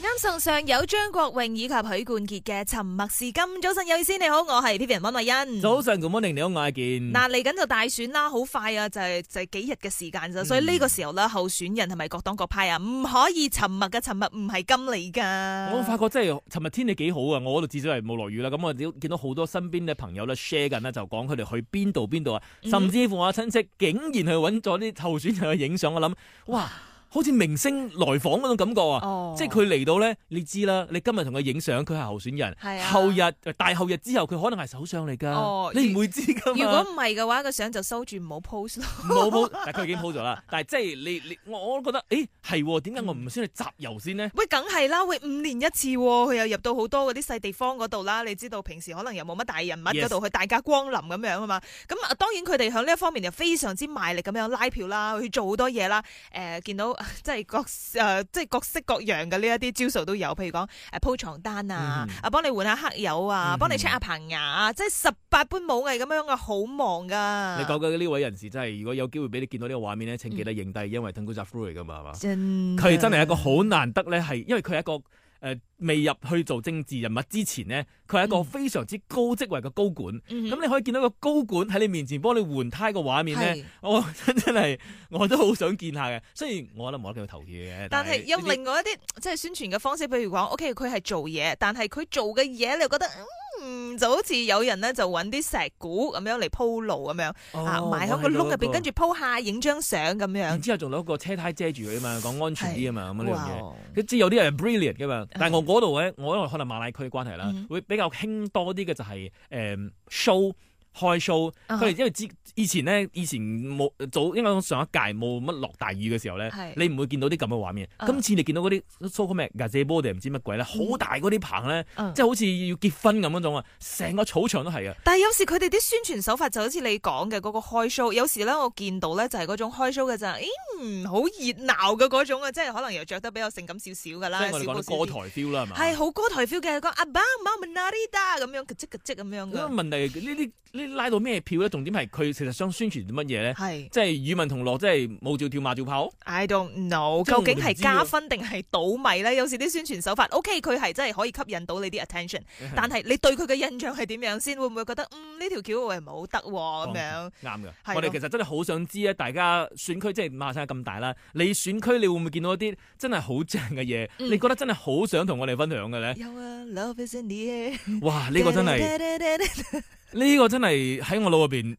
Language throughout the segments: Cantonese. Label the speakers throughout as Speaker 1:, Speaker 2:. Speaker 1: 啱送上有張國榮以及許冠傑嘅《沉默是金》。早晨，有意思，你好，我係 Vivian 温慧欣。
Speaker 2: 早晨，Good morning，你好，我係健。
Speaker 1: 嗱，嚟緊就大選啦，好快啊，就係、就係、幾日嘅時間
Speaker 2: 嗯
Speaker 1: 咋，所以呢個時候咧，候選人係咪各黨各派啊？唔可以沉默嘅，沉默唔係金嚟㗎。
Speaker 2: 我發覺真係尋日天氣幾好啊！我嗰度至少係冇落雨啦。咁我見到好多身邊嘅朋友咧 share 緊咧，就講佢哋去邊度邊度啊，
Speaker 1: 嗯
Speaker 2: 甚至乎我親戚竟然去揾咗啲候選人去影相。我啊諗，哇，好似明星來訪嗰種感覺啊！
Speaker 1: 哦
Speaker 2: 即係佢嚟到咧，你知啦，你今日同佢影相，佢係候選人，
Speaker 1: 係啊
Speaker 2: 後日大後日之後，佢可能係首相嚟㗎，
Speaker 1: 哦
Speaker 2: 你唔會知㗎
Speaker 1: 如
Speaker 2: 啊嘛
Speaker 1: 果唔係嘅話，個相就收住唔好 post 咯。
Speaker 2: 冇冇，但佢已經 po 咗啦。但係即係你你，我我都覺得，誒係喎，點解我唔先去集郵先呢？
Speaker 1: 喂，梗係啦，喂，五年一次喎，佢又入到好多嗰啲細地方嗰度啦。你知道平時可能又冇乜大人物嗰度去大家光臨咁樣啊嘛。咁啊，當然佢哋喺呢一方面就非常之賣力咁樣拉票啦，去做好多嘢啦。誒、見到 即係各誒、即係各式各樣嘅呢一啲招數都有，譬如講誒鋪床單啊
Speaker 2: 嗯哼，
Speaker 1: 啊幫你換下黑油啊，
Speaker 2: 嗯哼
Speaker 1: 幫你 check 下棚牙啊，即係十八般武藝咁樣嘅，好忙噶。
Speaker 2: 你講緊呢位人士真係，如果有機會俾你見到呢個畫面咧，請記得認低，因為 t u n g u z a f r u 嚟噶嘛，係嘛？
Speaker 1: 真
Speaker 2: 佢真係一個好難得咧，係因為佢係一個誒、呃未入去做政治人物之前呢，佢係一個
Speaker 1: 嗯
Speaker 2: 非常之高職位嘅高管。咁、
Speaker 1: 嗯
Speaker 2: 你可以見到個高管喺你面前幫你換胎個畫面咧，
Speaker 1: 係
Speaker 2: 我真真係我都好想見下嘅。雖然我覺得冇得叫佢投票嘅，
Speaker 1: 但係有
Speaker 2: 呢啲
Speaker 1: 另外一啲即係宣傳嘅方式，譬如講，OK，佢係做嘢，但係佢做嘅嘢，你又覺得嗯就好似有人咧就揾啲石鼓咁樣嚟鋪路咁樣，啊
Speaker 2: 哦
Speaker 1: 埋喺
Speaker 2: 我
Speaker 1: 個窿
Speaker 2: 係
Speaker 1: 入
Speaker 2: 嗰個
Speaker 1: 邊，跟住鋪下影張相咁
Speaker 2: 然
Speaker 1: 樣。
Speaker 2: 之後仲攞個車胎遮住佢啊嘛，講安全啲啊嘛，咁樣呢樣嘢。
Speaker 1: 哇！
Speaker 2: 佢知有啲人係 brilliant 噶嘛，但係我嗰度咧，我因為可能馬拉區嘅關係啦，
Speaker 1: 嗯
Speaker 2: 會比較興多啲嘅就係、誒、show 開 show，
Speaker 1: 啊
Speaker 2: 佢哋因為之以前咧，以前冇早應該講上一屆冇乜落大雨嘅時候咧
Speaker 1: 係，
Speaker 2: 你唔會見到啲咁嘅畫面。
Speaker 1: 啊
Speaker 2: 今次你見到嗰啲 so called 咩 g a z e b o 定唔知乜鬼咧，好大嗰啲棚咧，
Speaker 1: 嗯
Speaker 2: 即係好似要結婚咁嗰種啊，成個草場都係啊。
Speaker 1: 但係有時佢哋啲宣傳手法就好似你講嘅嗰個開 show，有時咧我見到咧就係嗰種開 show 嘅咋，咦嗯好熱鬧嘅嗰種啊，即係可能又着得比較性感少少㗎
Speaker 2: 即
Speaker 1: 啦，
Speaker 2: 係我哋
Speaker 1: 少布少
Speaker 2: 講啲
Speaker 1: 啲
Speaker 2: 歌台 feel 啦，係嘛？
Speaker 1: 係好歌台 feel 嘅，講阿爸媽咪那啲打咁樣，即即咁樣
Speaker 2: 咁
Speaker 1: 嘅，
Speaker 2: 問題係呢啲呢拉到咩票咧？重點係佢其實想宣傳啲乜嘢咧？
Speaker 1: 係。
Speaker 2: 即係語文同樂，即係冇照跳馬照跑。
Speaker 1: I don't know，
Speaker 2: 即係
Speaker 1: 究
Speaker 2: 我唔
Speaker 1: 竟係
Speaker 2: 知
Speaker 1: 加
Speaker 2: 啊
Speaker 1: 分定係倒米咧？有時啲宣傳手法，OK，佢係真係可以吸引到你啲 attention，但
Speaker 2: 嗯
Speaker 1: 係你對佢嘅印象係點樣先？會唔會覺得嗯呢條橋哦我係啊唔好得喎咁樣？
Speaker 2: 哦啱
Speaker 1: 係
Speaker 2: 嘅，我哋
Speaker 1: 咯
Speaker 2: 其實真係好想知咧，大家選區即係馬來西亞咁大啦，你選區你會唔會見到一啲真係好正嘅嘢？
Speaker 1: 嗯
Speaker 2: 你覺得真係好想同我哋分享 嘅咧？
Speaker 1: 有啊，Love is in the air，
Speaker 2: 哇！呢、個真係，呢個真係喺我腦入邊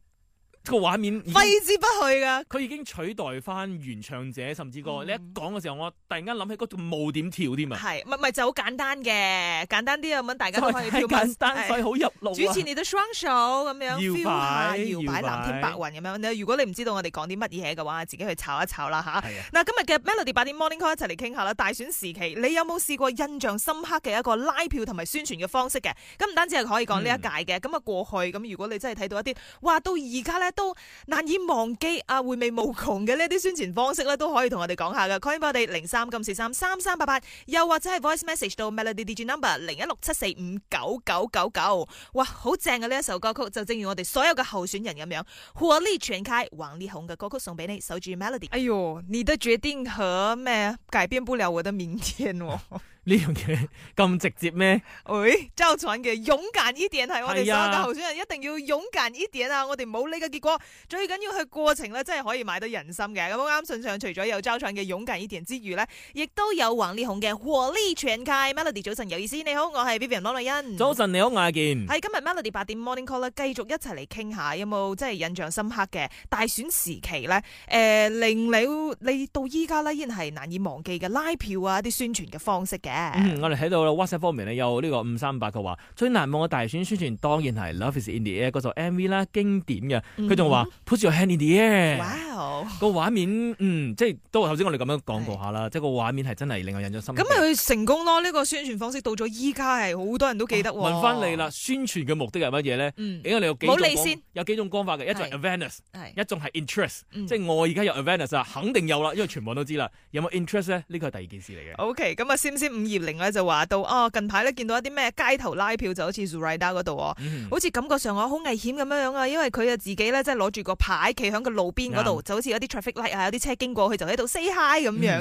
Speaker 2: 個畫面已 經，
Speaker 1: 揮之不去噶。
Speaker 2: 佢已經取代翻原唱者，甚至個、
Speaker 1: 嗯
Speaker 2: 你一講嘅時候，我突然間諗起嗰種舞點跳添啊！
Speaker 1: 係，咪咪就好簡單嘅，簡單啲咁樣，大家
Speaker 2: 真
Speaker 1: 都
Speaker 2: 係
Speaker 1: 可以
Speaker 2: 太
Speaker 1: 跳舞
Speaker 2: 簡單，
Speaker 1: 係
Speaker 2: 所以好入腦啊！
Speaker 1: 主持你的雙手咁樣
Speaker 2: 搖
Speaker 1: feel 下
Speaker 2: 擺
Speaker 1: 搖擺
Speaker 2: 搖
Speaker 1: 藍天白
Speaker 2: 擺
Speaker 1: 雲咁樣。你如果你唔知道我哋講啲乜嘢嘅話，自己去炒一炒啦吓。
Speaker 2: 係啊，
Speaker 1: 嗱，今日嘅 Melody 八點 Morning Call 一齊嚟傾下啦。大選時期，你有冇試過印象深刻嘅一個拉票同埋宣傳嘅方式嘅？咁唔單止係可以講呢一屆嘅，咁啊、過去咁，如果你真係睇到一啲，哇，到而家咧都難以忘記啊，回味無窮嘅呢啲宣傳方式咧，都可以同我哋講下嘅。call in 俾我哋零三九四三三三八八，又或者係 voice message 到 Melody DJ number 零一六七四五九九九九。哇，好正啊嘅呢一首歌曲，就正如我哋所有嘅候選人咁樣，活力全開，王力宏嘅歌曲送俾你，守住 Melody。哎呦，你的決定和咩改變不了我的明天哦 哎喎、
Speaker 2: 呢樣嘢咁直接咩？
Speaker 1: 嗯喂，周傳嘅勇敢一點係我哋所有
Speaker 2: 係啊
Speaker 1: 嘅候選人一定要勇敢一點啊！我哋冇理嘅結果，最緊要佢過程咧，真係可以買到人心嘅。咁啱信上，除咗有周傳嘅勇敢一點之餘呢，亦都有王力宏嘅活力全開。Melody 早晨有意思，你好，我係 Vivian 羅麗欣。
Speaker 2: 早晨，你好，亞健。
Speaker 1: 喺今日 Melody 八點 Morning Call 咧，繼續一齊嚟傾下，有冇即係印象深刻嘅大選時期咧？誒、令你你到依家咧，依然係難以忘記嘅拉票啊，一啲宣傳嘅方式嘅。
Speaker 2: 嗯，我哋睇到啦，WhatsApp 方面咧有呢個五三八嘅話，最難忘嘅大選宣傳當然係《Love Is In The Air》嗰首 MV 啦，經典嘅。佢仲話 Put Your Hand In The
Speaker 1: 嗯
Speaker 2: Air，
Speaker 1: 哇哦！
Speaker 2: 個畫面，嗯，即係都頭先我哋咁樣講過下啦，即係個畫面係真係令我印象深刻。
Speaker 1: 嗯咁啊咪佢成功咯？呢、個宣傳方式到咗依家係好多人都記得喎。
Speaker 2: 問翻啊你啦，，宣傳嘅目的係乜嘢咧？
Speaker 1: 嗯，
Speaker 2: 因為你有幾
Speaker 1: 冇理先
Speaker 2: 種有幾種講法嘅，一種係
Speaker 1: 係
Speaker 2: awareness，
Speaker 1: 係，
Speaker 2: 一種係 interest，
Speaker 1: 嗯
Speaker 2: 即係我
Speaker 1: 哦
Speaker 2: 而家有 awareness 啊，肯定有啦，因為全部人都知啦。有冇 interest 咧？呢個係第二件事嚟嘅。
Speaker 1: O K，咁啊，先先唔葉玲咧就話到哦，近排咧見到一啲咩街頭拉票就好似 Zuraida 嗰度喎，
Speaker 2: 嗯
Speaker 1: 好似感覺上我好危險咁樣樣啊，因為佢啊自己咧即係攞住個牌企喺個路邊嗰度，就好似有啲 traffic light 啊，有啲車經過佢就喺度 say hi 咁
Speaker 2: 嗯
Speaker 1: 樣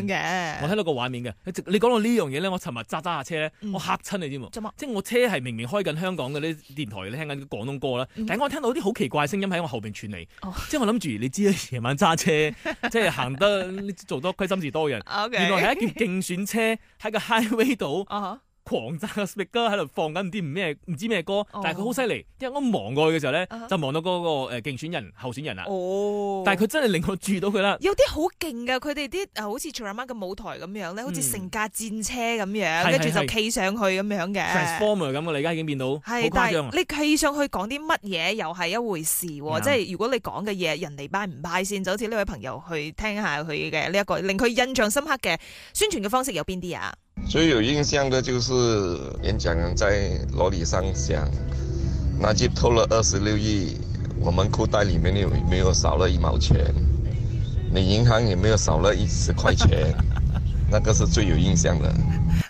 Speaker 2: 我
Speaker 1: 嘅。
Speaker 2: 睇到個畫面嘅，你你講到呢樣嘢咧，我尋日揸揸下車咧，
Speaker 1: 嗯
Speaker 2: 我嚇親你知冇
Speaker 1: 做乜？
Speaker 2: 即係我車係明明開緊香港嘅啲電台，你聽緊啲廣東歌啦，
Speaker 1: 嗯
Speaker 2: 但係我聽到啲好奇怪聲音喺我後邊傳嚟
Speaker 1: 哦，
Speaker 2: 即係我諗住你知啦，夜晚 揸車即係行得做多虧心事多人，
Speaker 1: O K，
Speaker 2: 原來係一件競選車喺個 highway 度
Speaker 1: 啊哈
Speaker 2: 狂揸個 speaker 喺度放緊唔知唔咩唔知咩
Speaker 1: 哦
Speaker 2: 歌，但係佢好犀利，因為我望過去嘅時候咧
Speaker 1: 啊哈，
Speaker 2: 就望到嗰個誒競選人候選人啦，
Speaker 1: 哦，
Speaker 2: 啊但係佢真係令我注意到佢啦。
Speaker 1: 有啲好勁噶，佢哋啲誒好似 c h a r a m a 嘅舞台咁樣咧，好似
Speaker 2: 嗯
Speaker 1: 成架戰車咁樣，
Speaker 2: 係
Speaker 1: 跟住
Speaker 2: 係
Speaker 1: 就
Speaker 2: 係
Speaker 1: 企上去咁樣嘅。
Speaker 2: Transformer 咁嘅，啊你而家已經變到好
Speaker 1: 係，但
Speaker 2: 誇張啊嗯
Speaker 1: 係！你企上去講啲乜嘢又係一回事喎，
Speaker 2: 啱
Speaker 1: 即係如果你講嘅嘢人哋 buy 唔 buy 先，就好似呢位朋友去聽下佢嘅呢一個令佢印象深刻嘅宣傳嘅方式有邊啲啊？
Speaker 3: 最有印象的就是演讲人在罗里上讲，那就偷了二十六亿，我们裤袋里面有没有少了一毛钱？你银行有没有少了一十块钱？那个是最有印象的。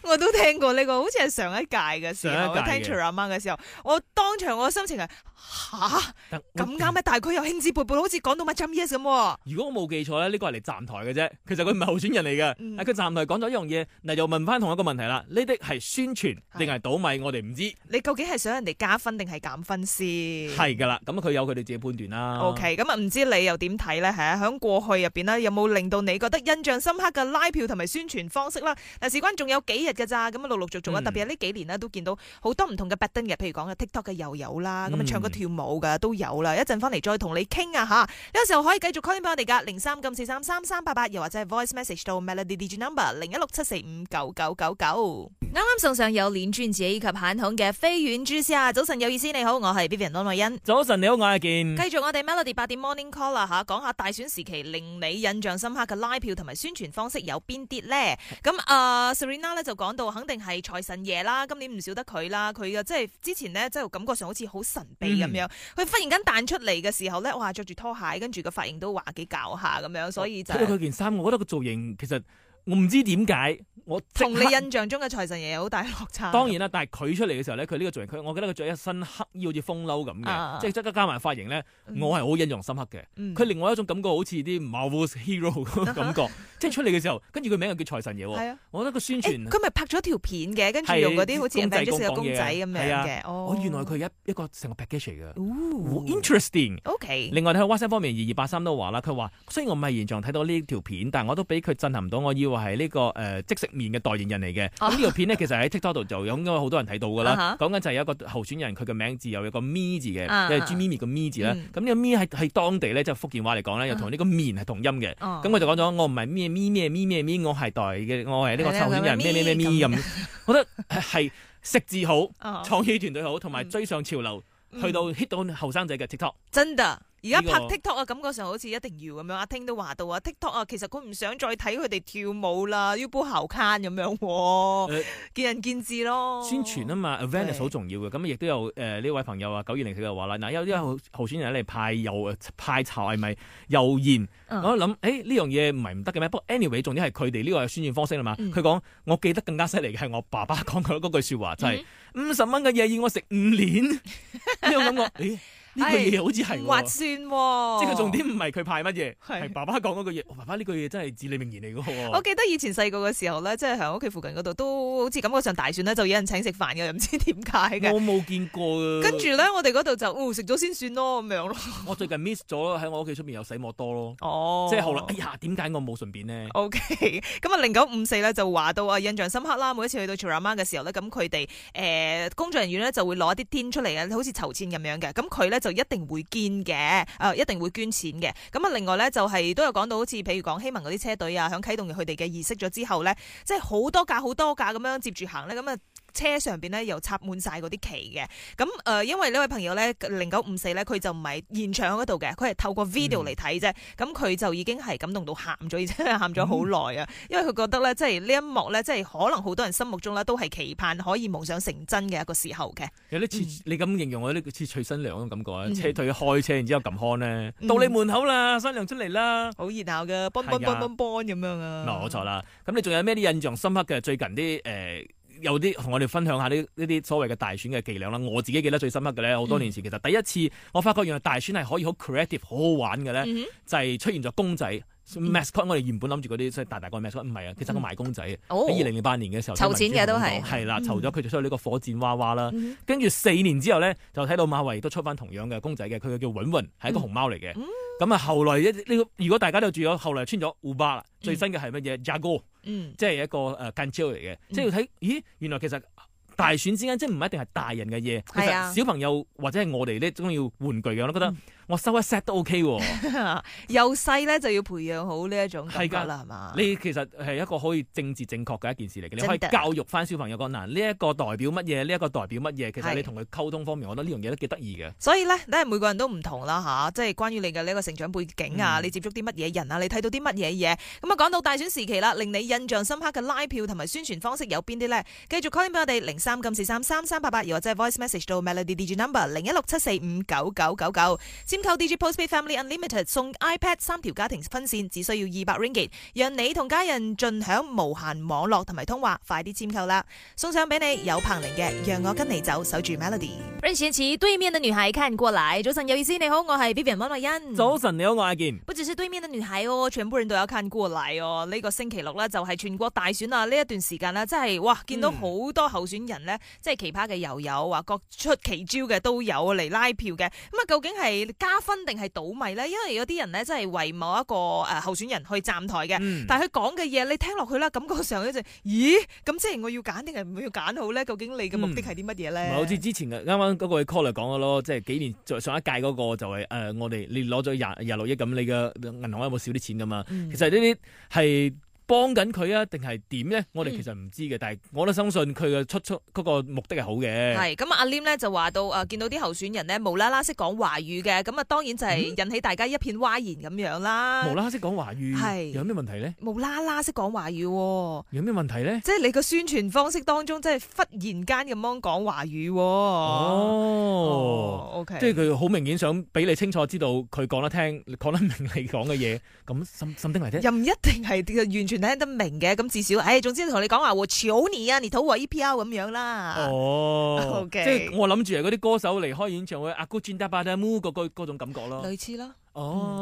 Speaker 1: 我都聽過呢個，好似係上一屆嘅時
Speaker 2: 上
Speaker 1: 候，
Speaker 2: 一
Speaker 1: 我
Speaker 2: 屆嘅
Speaker 1: 聽 c h a r a m a 嘅時候，我當場我心情係吓
Speaker 2: 但我
Speaker 1: 咁啱啊咩？但係佢又興致勃勃，好似講到乜 jump yes 咁喎。
Speaker 2: 如果我冇記錯咧，呢個係嚟站台嘅啫。其實佢唔係候選人嚟嘅，
Speaker 1: 嗯
Speaker 2: 但佢站台講咗一樣嘢，嗱又問翻同一個問題啦。呢啲係宣傳
Speaker 1: 係
Speaker 2: 定係倒米，我哋唔知，
Speaker 1: 你究竟係想人哋加分定係減分先？
Speaker 2: 係㗎啦。咁啊佢有佢哋自己判斷啦。
Speaker 1: O K，咁啊，唔知你又點睇咧？嚇，喺過去入邊啊咧，有冇令到你覺得印象深刻嘅拉票同埋宣傳方式啦？嗱，事關仲有幾日嘅咋，咁啊，陸陸續續啊，
Speaker 2: 嗯
Speaker 1: 特別係呢幾年咧，都見到好多唔同嘅特登嘅，譬如講嘅 TikTok 嘅又有啦，咁啊
Speaker 2: 嗯
Speaker 1: 唱歌跳舞嘅都有啦。一陣翻嚟再同你傾啊嚇，有時候可以繼續 call in 俾我哋噶，零三九四三三三八八，又或者係 voice message 到 Melody D G number 零一六七四五九九九九。啱啱送上有連專姐以及限孔嘅飛遠朱絲啊！早晨有意思，你好，我係 Vivian 安慧欣。
Speaker 2: 早晨，你好，我係健。
Speaker 1: 繼續我哋 Melody 八點 Morning Call 啦吓，講下大選時期令你印象深刻嘅拉票同埋宣傳方式有邊啲咧？
Speaker 2: 嗯
Speaker 1: 咁啊、呃 Serena 咧就講到肯定係財神爺啦，今年唔少得佢啦，佢嘅即係之前咧即係感覺上好似好神秘
Speaker 2: 嗯
Speaker 1: 咁樣，佢、忽然間彈出嚟嘅時候咧，哇着住拖鞋，跟住個髮型都話幾搞下咁樣，所以就
Speaker 2: 睇哦到佢件衫，我覺得個造型其實我唔知點解，我即刻
Speaker 1: 同你印象中嘅財神爺有好大落差。
Speaker 2: 當然啦，但係佢出嚟嘅時候咧，佢呢個造型，佢我記得佢着一身黑衣，好似風褸咁
Speaker 1: 啊啊
Speaker 2: 嘅，即係即刻加埋髮型咧，
Speaker 1: 嗯
Speaker 2: 我係好印象深刻嘅。
Speaker 1: 嗯，
Speaker 2: 佢另外一種感覺好似啲 Marvel hero 嗰種 感覺，即係出嚟嘅時候，跟住佢名又叫財神爺喎。
Speaker 1: 係啊，
Speaker 2: 我覺得個宣
Speaker 1: 誒
Speaker 2: 傳，
Speaker 1: 佢咪拍咗條片嘅，跟住
Speaker 2: 係
Speaker 1: 用嗰啲好似
Speaker 2: 公仔
Speaker 1: Avengers 嘅
Speaker 2: 公講
Speaker 1: 公
Speaker 2: 嘢
Speaker 1: 仔咁樣嘅
Speaker 2: 係。
Speaker 1: 哦
Speaker 2: 哦，原來佢係一一個成個 package 嚟嘅
Speaker 1: 哦
Speaker 2: 啊，interesting。
Speaker 1: OK。
Speaker 2: 另外睇下 WhatsApp 方面，二二八三都話啦，佢話雖然我唔係現場睇到呢條片，但我都俾佢震撼到，我以為係呢個誒即食麵嘅代言人嚟嘅。
Speaker 1: 哦
Speaker 2: 咁呢條片呢，其實喺 TikTok 度就有應該有好多人睇到㗎
Speaker 1: 啊
Speaker 2: 啦
Speaker 1: 哈。
Speaker 2: 講緊就係有一個候選人，佢嘅名字又有個咪字嘅，
Speaker 1: 啊
Speaker 2: 即係朱咪咪個咪字啦
Speaker 1: 嗯。啊
Speaker 2: 咁呢個咪係喺當地呢，即係福建話嚟講呢，又同呢個面係同音嘅。
Speaker 1: 哦
Speaker 2: 咁我就講咗，我唔係咩咪咩咪咩咪，我係代嘅，我係呢個候選
Speaker 1: 係
Speaker 2: 人咩
Speaker 1: 啦
Speaker 2: 咩咩咪
Speaker 1: 咁
Speaker 2: 咁。我覺得係食字好，
Speaker 1: 哦
Speaker 2: 創意團隊好，同埋
Speaker 1: 嗯
Speaker 2: 追上潮流，
Speaker 1: 嗯
Speaker 2: 去到 hit 到後生仔嘅 TikTok。
Speaker 1: 真噶，而家
Speaker 2: 呢個
Speaker 1: 拍 TikTok 啊，感覺上好似一定要咁樣。阿聽都話到啊，TikTok 啊，其實佢唔想再睇佢哋跳舞啦，要煲後坑咁樣喎，
Speaker 2: 誒
Speaker 1: 見仁見智咯。
Speaker 2: 呃宣傳啊嘛
Speaker 1: 係
Speaker 2: ，awareness 好重要嘅。咁亦都有誒呢位朋友啊，九二零四就話啦，嗱有啲
Speaker 1: 嗯
Speaker 2: 候候選人嚟派油呃派籌係咪油鹽？
Speaker 1: 嗯
Speaker 2: 我諗誒呢樣嘢唔係唔得嘅咩？不過 anyway，重點係佢哋呢個宣傳方式啊啦嘛。
Speaker 1: 嗯
Speaker 2: 佢講我記得更加犀利嘅係我爸爸講佢嗰句説話，就係
Speaker 1: 嗯
Speaker 2: 五十蚊嘅嘢要我食 五年，呢種感覺，誒呢句嘢好似係
Speaker 1: 唔划
Speaker 2: 喎。
Speaker 1: 算喎，
Speaker 2: 即係佢重點唔係佢派乜嘢，
Speaker 1: 係
Speaker 2: 係爸爸講嗰句嘢。我爸爸呢句嘢真係至理名言嚟嘅喎。
Speaker 1: 我記得以前細個嘅時候咧，即係喺屋企附近嗰度都好似感覺上大選咧，就有人請食飯嘅，又唔知點解嘅。
Speaker 2: 我冇見過啊
Speaker 1: 跟住咧，我哋嗰度就哦食咗先算咯，咁樣咯。
Speaker 2: 我最近 miss 咗喺我屋企出面有洗莫多咯。
Speaker 1: 哦
Speaker 2: 即係後來，哎呀，點解我冇順便呢？
Speaker 1: O K，咁啊 零九五四咧就話到啊印象深刻啦，每一次去到 Churama 嘅時候咧，咁佢哋誒工作人員咧就會攞一啲天出嚟啊，好似籌錢咁樣嘅，咁佢咧就一定會捐嘅，誒、一定會捐錢嘅。咁啊另外咧就係、都有講到好似譬如講希盟嗰啲車隊啊，響啟動佢哋嘅儀式咗之後咧，即係好多架好多架咁樣接住行咧，咁啊。車上邊咧又插滿晒嗰啲旗嘅。咁誒、呃因為呢位朋友咧零九五四咧，佢就唔係現場嗰度嘅，佢係透
Speaker 2: 嗯
Speaker 1: 過 video 嚟睇啫。咁佢、就已經係感動到喊咗，而且喊咗好耐啊！因為佢覺得咧，即係呢一幕咧，即係可能好多人心目中咧都係期盼可以夢想成真嘅一個時候嘅。
Speaker 2: 有啲似你咁形容，我呢似取新娘嗰種感覺啊！
Speaker 1: 嗯
Speaker 2: 車隊開車，然之後撳看咧，
Speaker 1: 嗯啊
Speaker 2: 到你門口啦，新娘出嚟啦。
Speaker 1: 好熱鬧嘅，奔奔
Speaker 2: 係啊
Speaker 1: 奔奔奔咁樣啊！
Speaker 2: 嗱，冇錯啦。咁你仲有咩啲印象深刻嘅？最近啲誒、呃有啲同我哋分享下呢呢啲所謂嘅大選嘅伎倆啦。我自己記得最深刻
Speaker 1: 嗯
Speaker 2: 嘅咧，好多年前其實第一次我發覺原來大選係可以好 creative、好好玩嘅咧，
Speaker 1: 嗯哼
Speaker 2: 就係出現咗公仔
Speaker 1: 嗯
Speaker 2: mascot。我哋原本諗住嗰啲即係大大個 mascot，唔係啊，其實我賣公仔啊。
Speaker 4: 哦
Speaker 2: 喺二零零八年嘅時候，
Speaker 4: 籌錢嘅都係
Speaker 2: 係啦，
Speaker 1: 嗯
Speaker 2: 籌咗佢就出咗呢個火箭娃娃啦。
Speaker 1: 嗯
Speaker 2: 跟住四年之後咧，就睇到馬維都出翻同樣嘅公仔嘅，佢叫韻韻，係一個熊貓嚟嘅。
Speaker 1: 嗯
Speaker 2: 咁啊、後來一呢個，如果大家都注意咗，後來穿咗胡巴啦，最新嘅係乜嘢 j a g o
Speaker 1: 嗯
Speaker 2: 即係一個誒間招嚟嘅，即係要睇，咦，原來其實。大選之間，即係唔一定係大人嘅嘢，其
Speaker 4: 係啊
Speaker 2: 實小朋友或者係我哋呢中意玩具嘅，我都覺得我收一 set 都 OK 喎。
Speaker 1: 由細咧就要培養好呢一種感覺
Speaker 2: 係㗎
Speaker 1: 啦，係嘛？
Speaker 2: 你其實係一個可以政治正確嘅一件事嚟嘅，你可以
Speaker 4: 真的
Speaker 2: 教育翻小朋友講嗱，呢一個代表乜嘢，呢一個代表乜嘢。其實
Speaker 1: 係
Speaker 2: 你同佢溝通方面，我覺得呢樣嘢都幾得意嘅。
Speaker 1: 所以咧，都係每個人都唔同啦吓，即係關於你嘅呢個成長背景啊，
Speaker 2: 嗯
Speaker 1: 你接觸啲乜嘢人啊，你睇到啲乜嘢嘢。咁啊，講到大選時期啦，令你印象深刻嘅拉票同埋宣傳方式有邊啲咧？繼續 call in 俾我哋零三九四三三三八八，又或者係 voice message 到 melody DJ number 零一六七四五九九九九。簽購 DJ Postpaid Family Unlimited 送 iPad 三條家庭分線，只需要二百 ringgit，讓你同家人盡享無限網絡同埋通話。快啲簽購啦！送上俾你有彭羚嘅《讓我跟你走》，守住 melody。
Speaker 4: 任贤齐對面的女孩看過來，早晨有意思，你好，我係 Vivian 温慧
Speaker 1: 嗯
Speaker 4: 欣。
Speaker 2: 早晨，你好，我係阿健。
Speaker 1: 不只是對面的女孩哦，全部人都有看過嚟哦。呢、個星期六咧就係全國大選啊，呢一段時間咧真係哇，見到好多候選人咧，即係奇葩嘅又有，話各出奇招嘅都有嚟拉票嘅。咁啊，究竟係加分定係倒米咧？因為有啲人咧真係為某一個誒候選人去站台嘅。
Speaker 2: 嗯
Speaker 1: 但係佢講嘅嘢，你聽落去啦，感覺上咧就咦咁，即係我要揀定係唔要揀好咧？究竟你嘅目的係啲乜嘢咧？
Speaker 2: 唔係好似之前嘅啱啱嗰個 call 嚟講嘅咯，即係幾年再上一屆嗰個就係、誒、我哋你攞咗廿廿六億咁，你嘅銀行有冇少啲錢噶嘛？
Speaker 1: 嗯
Speaker 2: 其實呢啲係幫緊佢啊，定係點咧？我哋
Speaker 1: 嗯
Speaker 2: 其實唔知嘅，但係我都相信佢嘅出出嗰個目的係好嘅。
Speaker 1: 係咁啊！阿 Lim 咧就話到啊誒，見到啲候選人咧無啦啦識講華語嘅，咁啊當然就係引起大家一片譁然咁樣啦。
Speaker 2: 嗯無啦啦識講華
Speaker 1: 係
Speaker 2: 語，有咩問題咧？
Speaker 1: 無啦啦識講華語喎，
Speaker 2: 有咩問題咧？
Speaker 1: 即係你個宣傳方式當中，即係忽然間咁樣講華語喎。哦
Speaker 2: 哦。
Speaker 1: ，OK，
Speaker 2: 即係佢好明顯想俾你清楚知道佢講得聽，講得明你講 嘅嘢，咁甚甚丁嚟啫。
Speaker 1: 又唔一定係完全聽得明嘅，咁至少，唉、總之同你講話，我求你啊，你投我 E P R 咁樣啦。
Speaker 2: 哦
Speaker 1: OK
Speaker 2: 即係我諗住係嗰啲歌手離開演唱會，阿 g u j i n d a b a d a m u 嗰個嗰種感覺咯。
Speaker 1: 類似咯，
Speaker 2: 哦，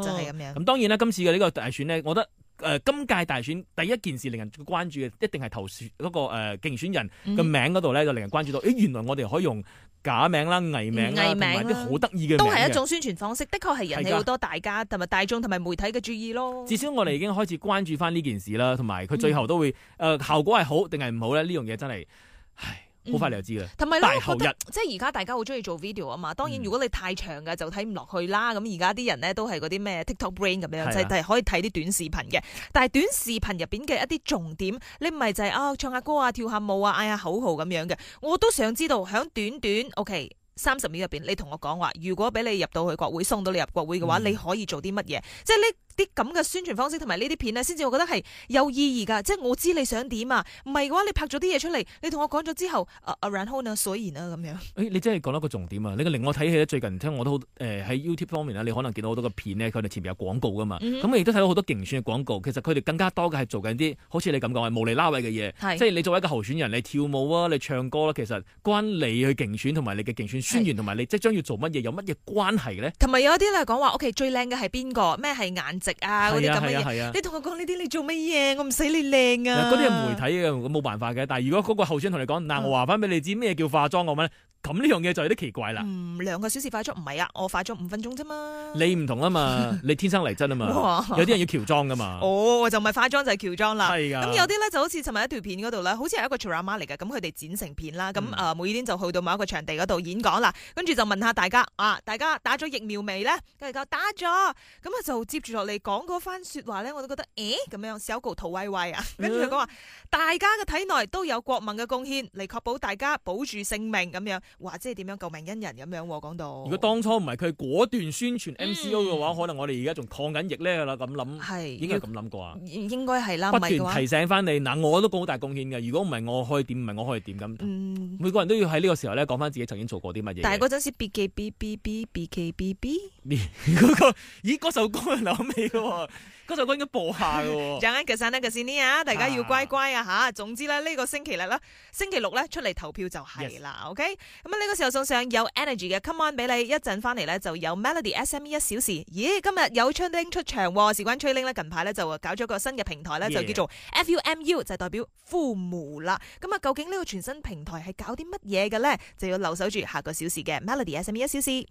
Speaker 1: 嗯嗯就係咁樣
Speaker 2: 咁當然啦，今次嘅呢個大選咧，我覺得。誒、今屆大選第一件事令人關注嘅，一定係投選嗰、個誒、呃競選人
Speaker 1: 嗯
Speaker 2: 嘅名嗰度咧，就令人關注到，誒原來我哋可以用假名啦、藝名啦，
Speaker 1: 嗯藝
Speaker 2: 同
Speaker 1: 名啦
Speaker 2: 埋啲好得意嘅名
Speaker 1: 都係
Speaker 2: 嘅
Speaker 1: 一種宣傳方式，的確係引起
Speaker 2: 啊係㗎
Speaker 1: 好多大家同埋大眾同埋媒體嘅注意咯。
Speaker 2: 至少我哋已經開始關注翻呢件事啦，同
Speaker 1: 嗯
Speaker 2: 埋佢最後都會誒、呃效果係好定係唔好咧？呢樣嘢真係，唉，
Speaker 1: 嗯
Speaker 2: 好快你就知啦。
Speaker 1: 同埋咧，
Speaker 2: 大
Speaker 1: 我
Speaker 2: 後
Speaker 1: 覺得
Speaker 2: 日
Speaker 1: 即係而家大家好中意做 video 啊嘛。當然，
Speaker 2: 嗯
Speaker 1: 如果你太長嘅就睇唔落去啦。咁而家啲人咧都係嗰啲咩 TikTok brain 咁
Speaker 2: 係啊
Speaker 1: 樣，就係可以睇啲短視頻嘅。但係短視頻入邊嘅一啲重點，你唔係就係啊唱下歌啊、跳下舞啊、嗌下口號咁樣嘅。我都想知道響短短 OK。三十秒入邊，你同我講話，如果俾你入到去國會，送到你入國會嘅話，
Speaker 2: 嗯
Speaker 1: 你可以做啲乜嘢？即係呢啲咁嘅宣傳方式同埋呢啲片咧，先至我覺得係有意義㗎。即係我知你想點啊，唔係嘅話，你拍咗啲嘢出嚟，你同我講咗之後，啊啊然後呢，所以呢，咁樣，
Speaker 2: 誒、你真係講到一個重點啊！你令我睇起咧，最近聽我都好誒喺、YouTube 方面啦，你可能見到好多個片咧，佢哋前面有廣告噶嘛。
Speaker 1: 嗯
Speaker 2: 咁、亦都睇到好多競選嘅廣告，其實佢哋更加多嘅係做緊啲好似你咁講係無厘拉位嘅嘢，
Speaker 1: 係
Speaker 2: 即係你作為一個候選人，你跳舞啊，你唱歌啦，其實關你去競選同埋你嘅競選宣言同埋你即將要做乜嘢有乜嘢關係咧？
Speaker 1: 同埋有一啲咧講話，OK 最靚嘅係邊個？咩係顏值啊嗰啲咁
Speaker 2: 係啊係
Speaker 1: 嘅
Speaker 2: 啊
Speaker 1: 嘢。
Speaker 2: 係啊！
Speaker 1: 你同我講呢啲，你做乜嘢？我唔使你靚
Speaker 2: 嗱
Speaker 1: 啊！嗯
Speaker 2: 嗰啲係媒體嘅，冇辦法嘅。但係如果嗰個候選人同你講，嗱，我話翻俾你知咩叫化妝咁咧，咁呢樣嘢就有啲奇怪啦。
Speaker 1: 嗯，兩個小時快速唔係啊，我快咗五分鐘啫嘛。
Speaker 2: 你唔同 啊嘛，你天生嚟真啊嘛
Speaker 1: 嗯哇，
Speaker 2: 有啲人要喬裝噶嘛，
Speaker 1: 哦，就唔係化妝就係喬裝啦。
Speaker 2: 啊係啊㗎
Speaker 1: 咁有啲咧就好似尋日一段片嗰度咧，好似係一個 drama 嚟嘅，咁佢哋剪成片啦。咁
Speaker 2: 嗯
Speaker 1: 誒每天就去到某一個場地嗰度演講啦，跟住就問下大家啊，大家打咗疫苗未咧？跟住就打咗，咁啊就接住落嚟講嗰番説話咧，我都覺得誒咁樣小狗頭威威啊，跟住佢講話大家嘅體內都有國民嘅貢獻，嚟確保大家保住性命咁樣，哇！即係點樣救命恩人咁樣喎，講到
Speaker 2: 如果當初唔係佢果斷宣傳 MCO 嘅話，
Speaker 1: 嗯
Speaker 2: 可能我哋而家仲抗緊疫咧啦，咁諗
Speaker 1: 係
Speaker 2: 應該係咁諗過啊。
Speaker 1: 應應該係啦，唔
Speaker 2: 不
Speaker 1: 係嘅
Speaker 2: 斷
Speaker 1: 話
Speaker 2: 提，醒翻你，嗱，我都好大貢獻嘅。如果唔係我可以點，唔係我可以點咁。
Speaker 1: 嗯。
Speaker 2: 每個人都要喺呢個時候咧講翻自己曾經做過啲乜嘢。
Speaker 1: 但 係嗰陣時 B K B B B B K B B，
Speaker 2: 嗰個，咦，嗰首歌係留尾嘅喎，嗰首歌應該播下嘅喎。
Speaker 1: 掌握嘅散得嘅先呢啊！大家要乖乖啊吓。總之咧，呢個星期日啦，星期六咧出嚟投票就係啦，OK？咁啊，呢個時候送上有 energy 嘅 Come On 俾你，一陣翻嚟咧就有 Melody S M E 一小時。咦，今日有崔玲出場喎，事關崔玲咧近排咧就搞咗個新嘅平台咧，就
Speaker 2: Yeah
Speaker 1: 叫做 F U M U，就係代表父母啦。咁啊，究竟呢個全新平台係搞啲乜嘢嘅咧？就要留守住下個小時嘅 Melody S M E 一小時。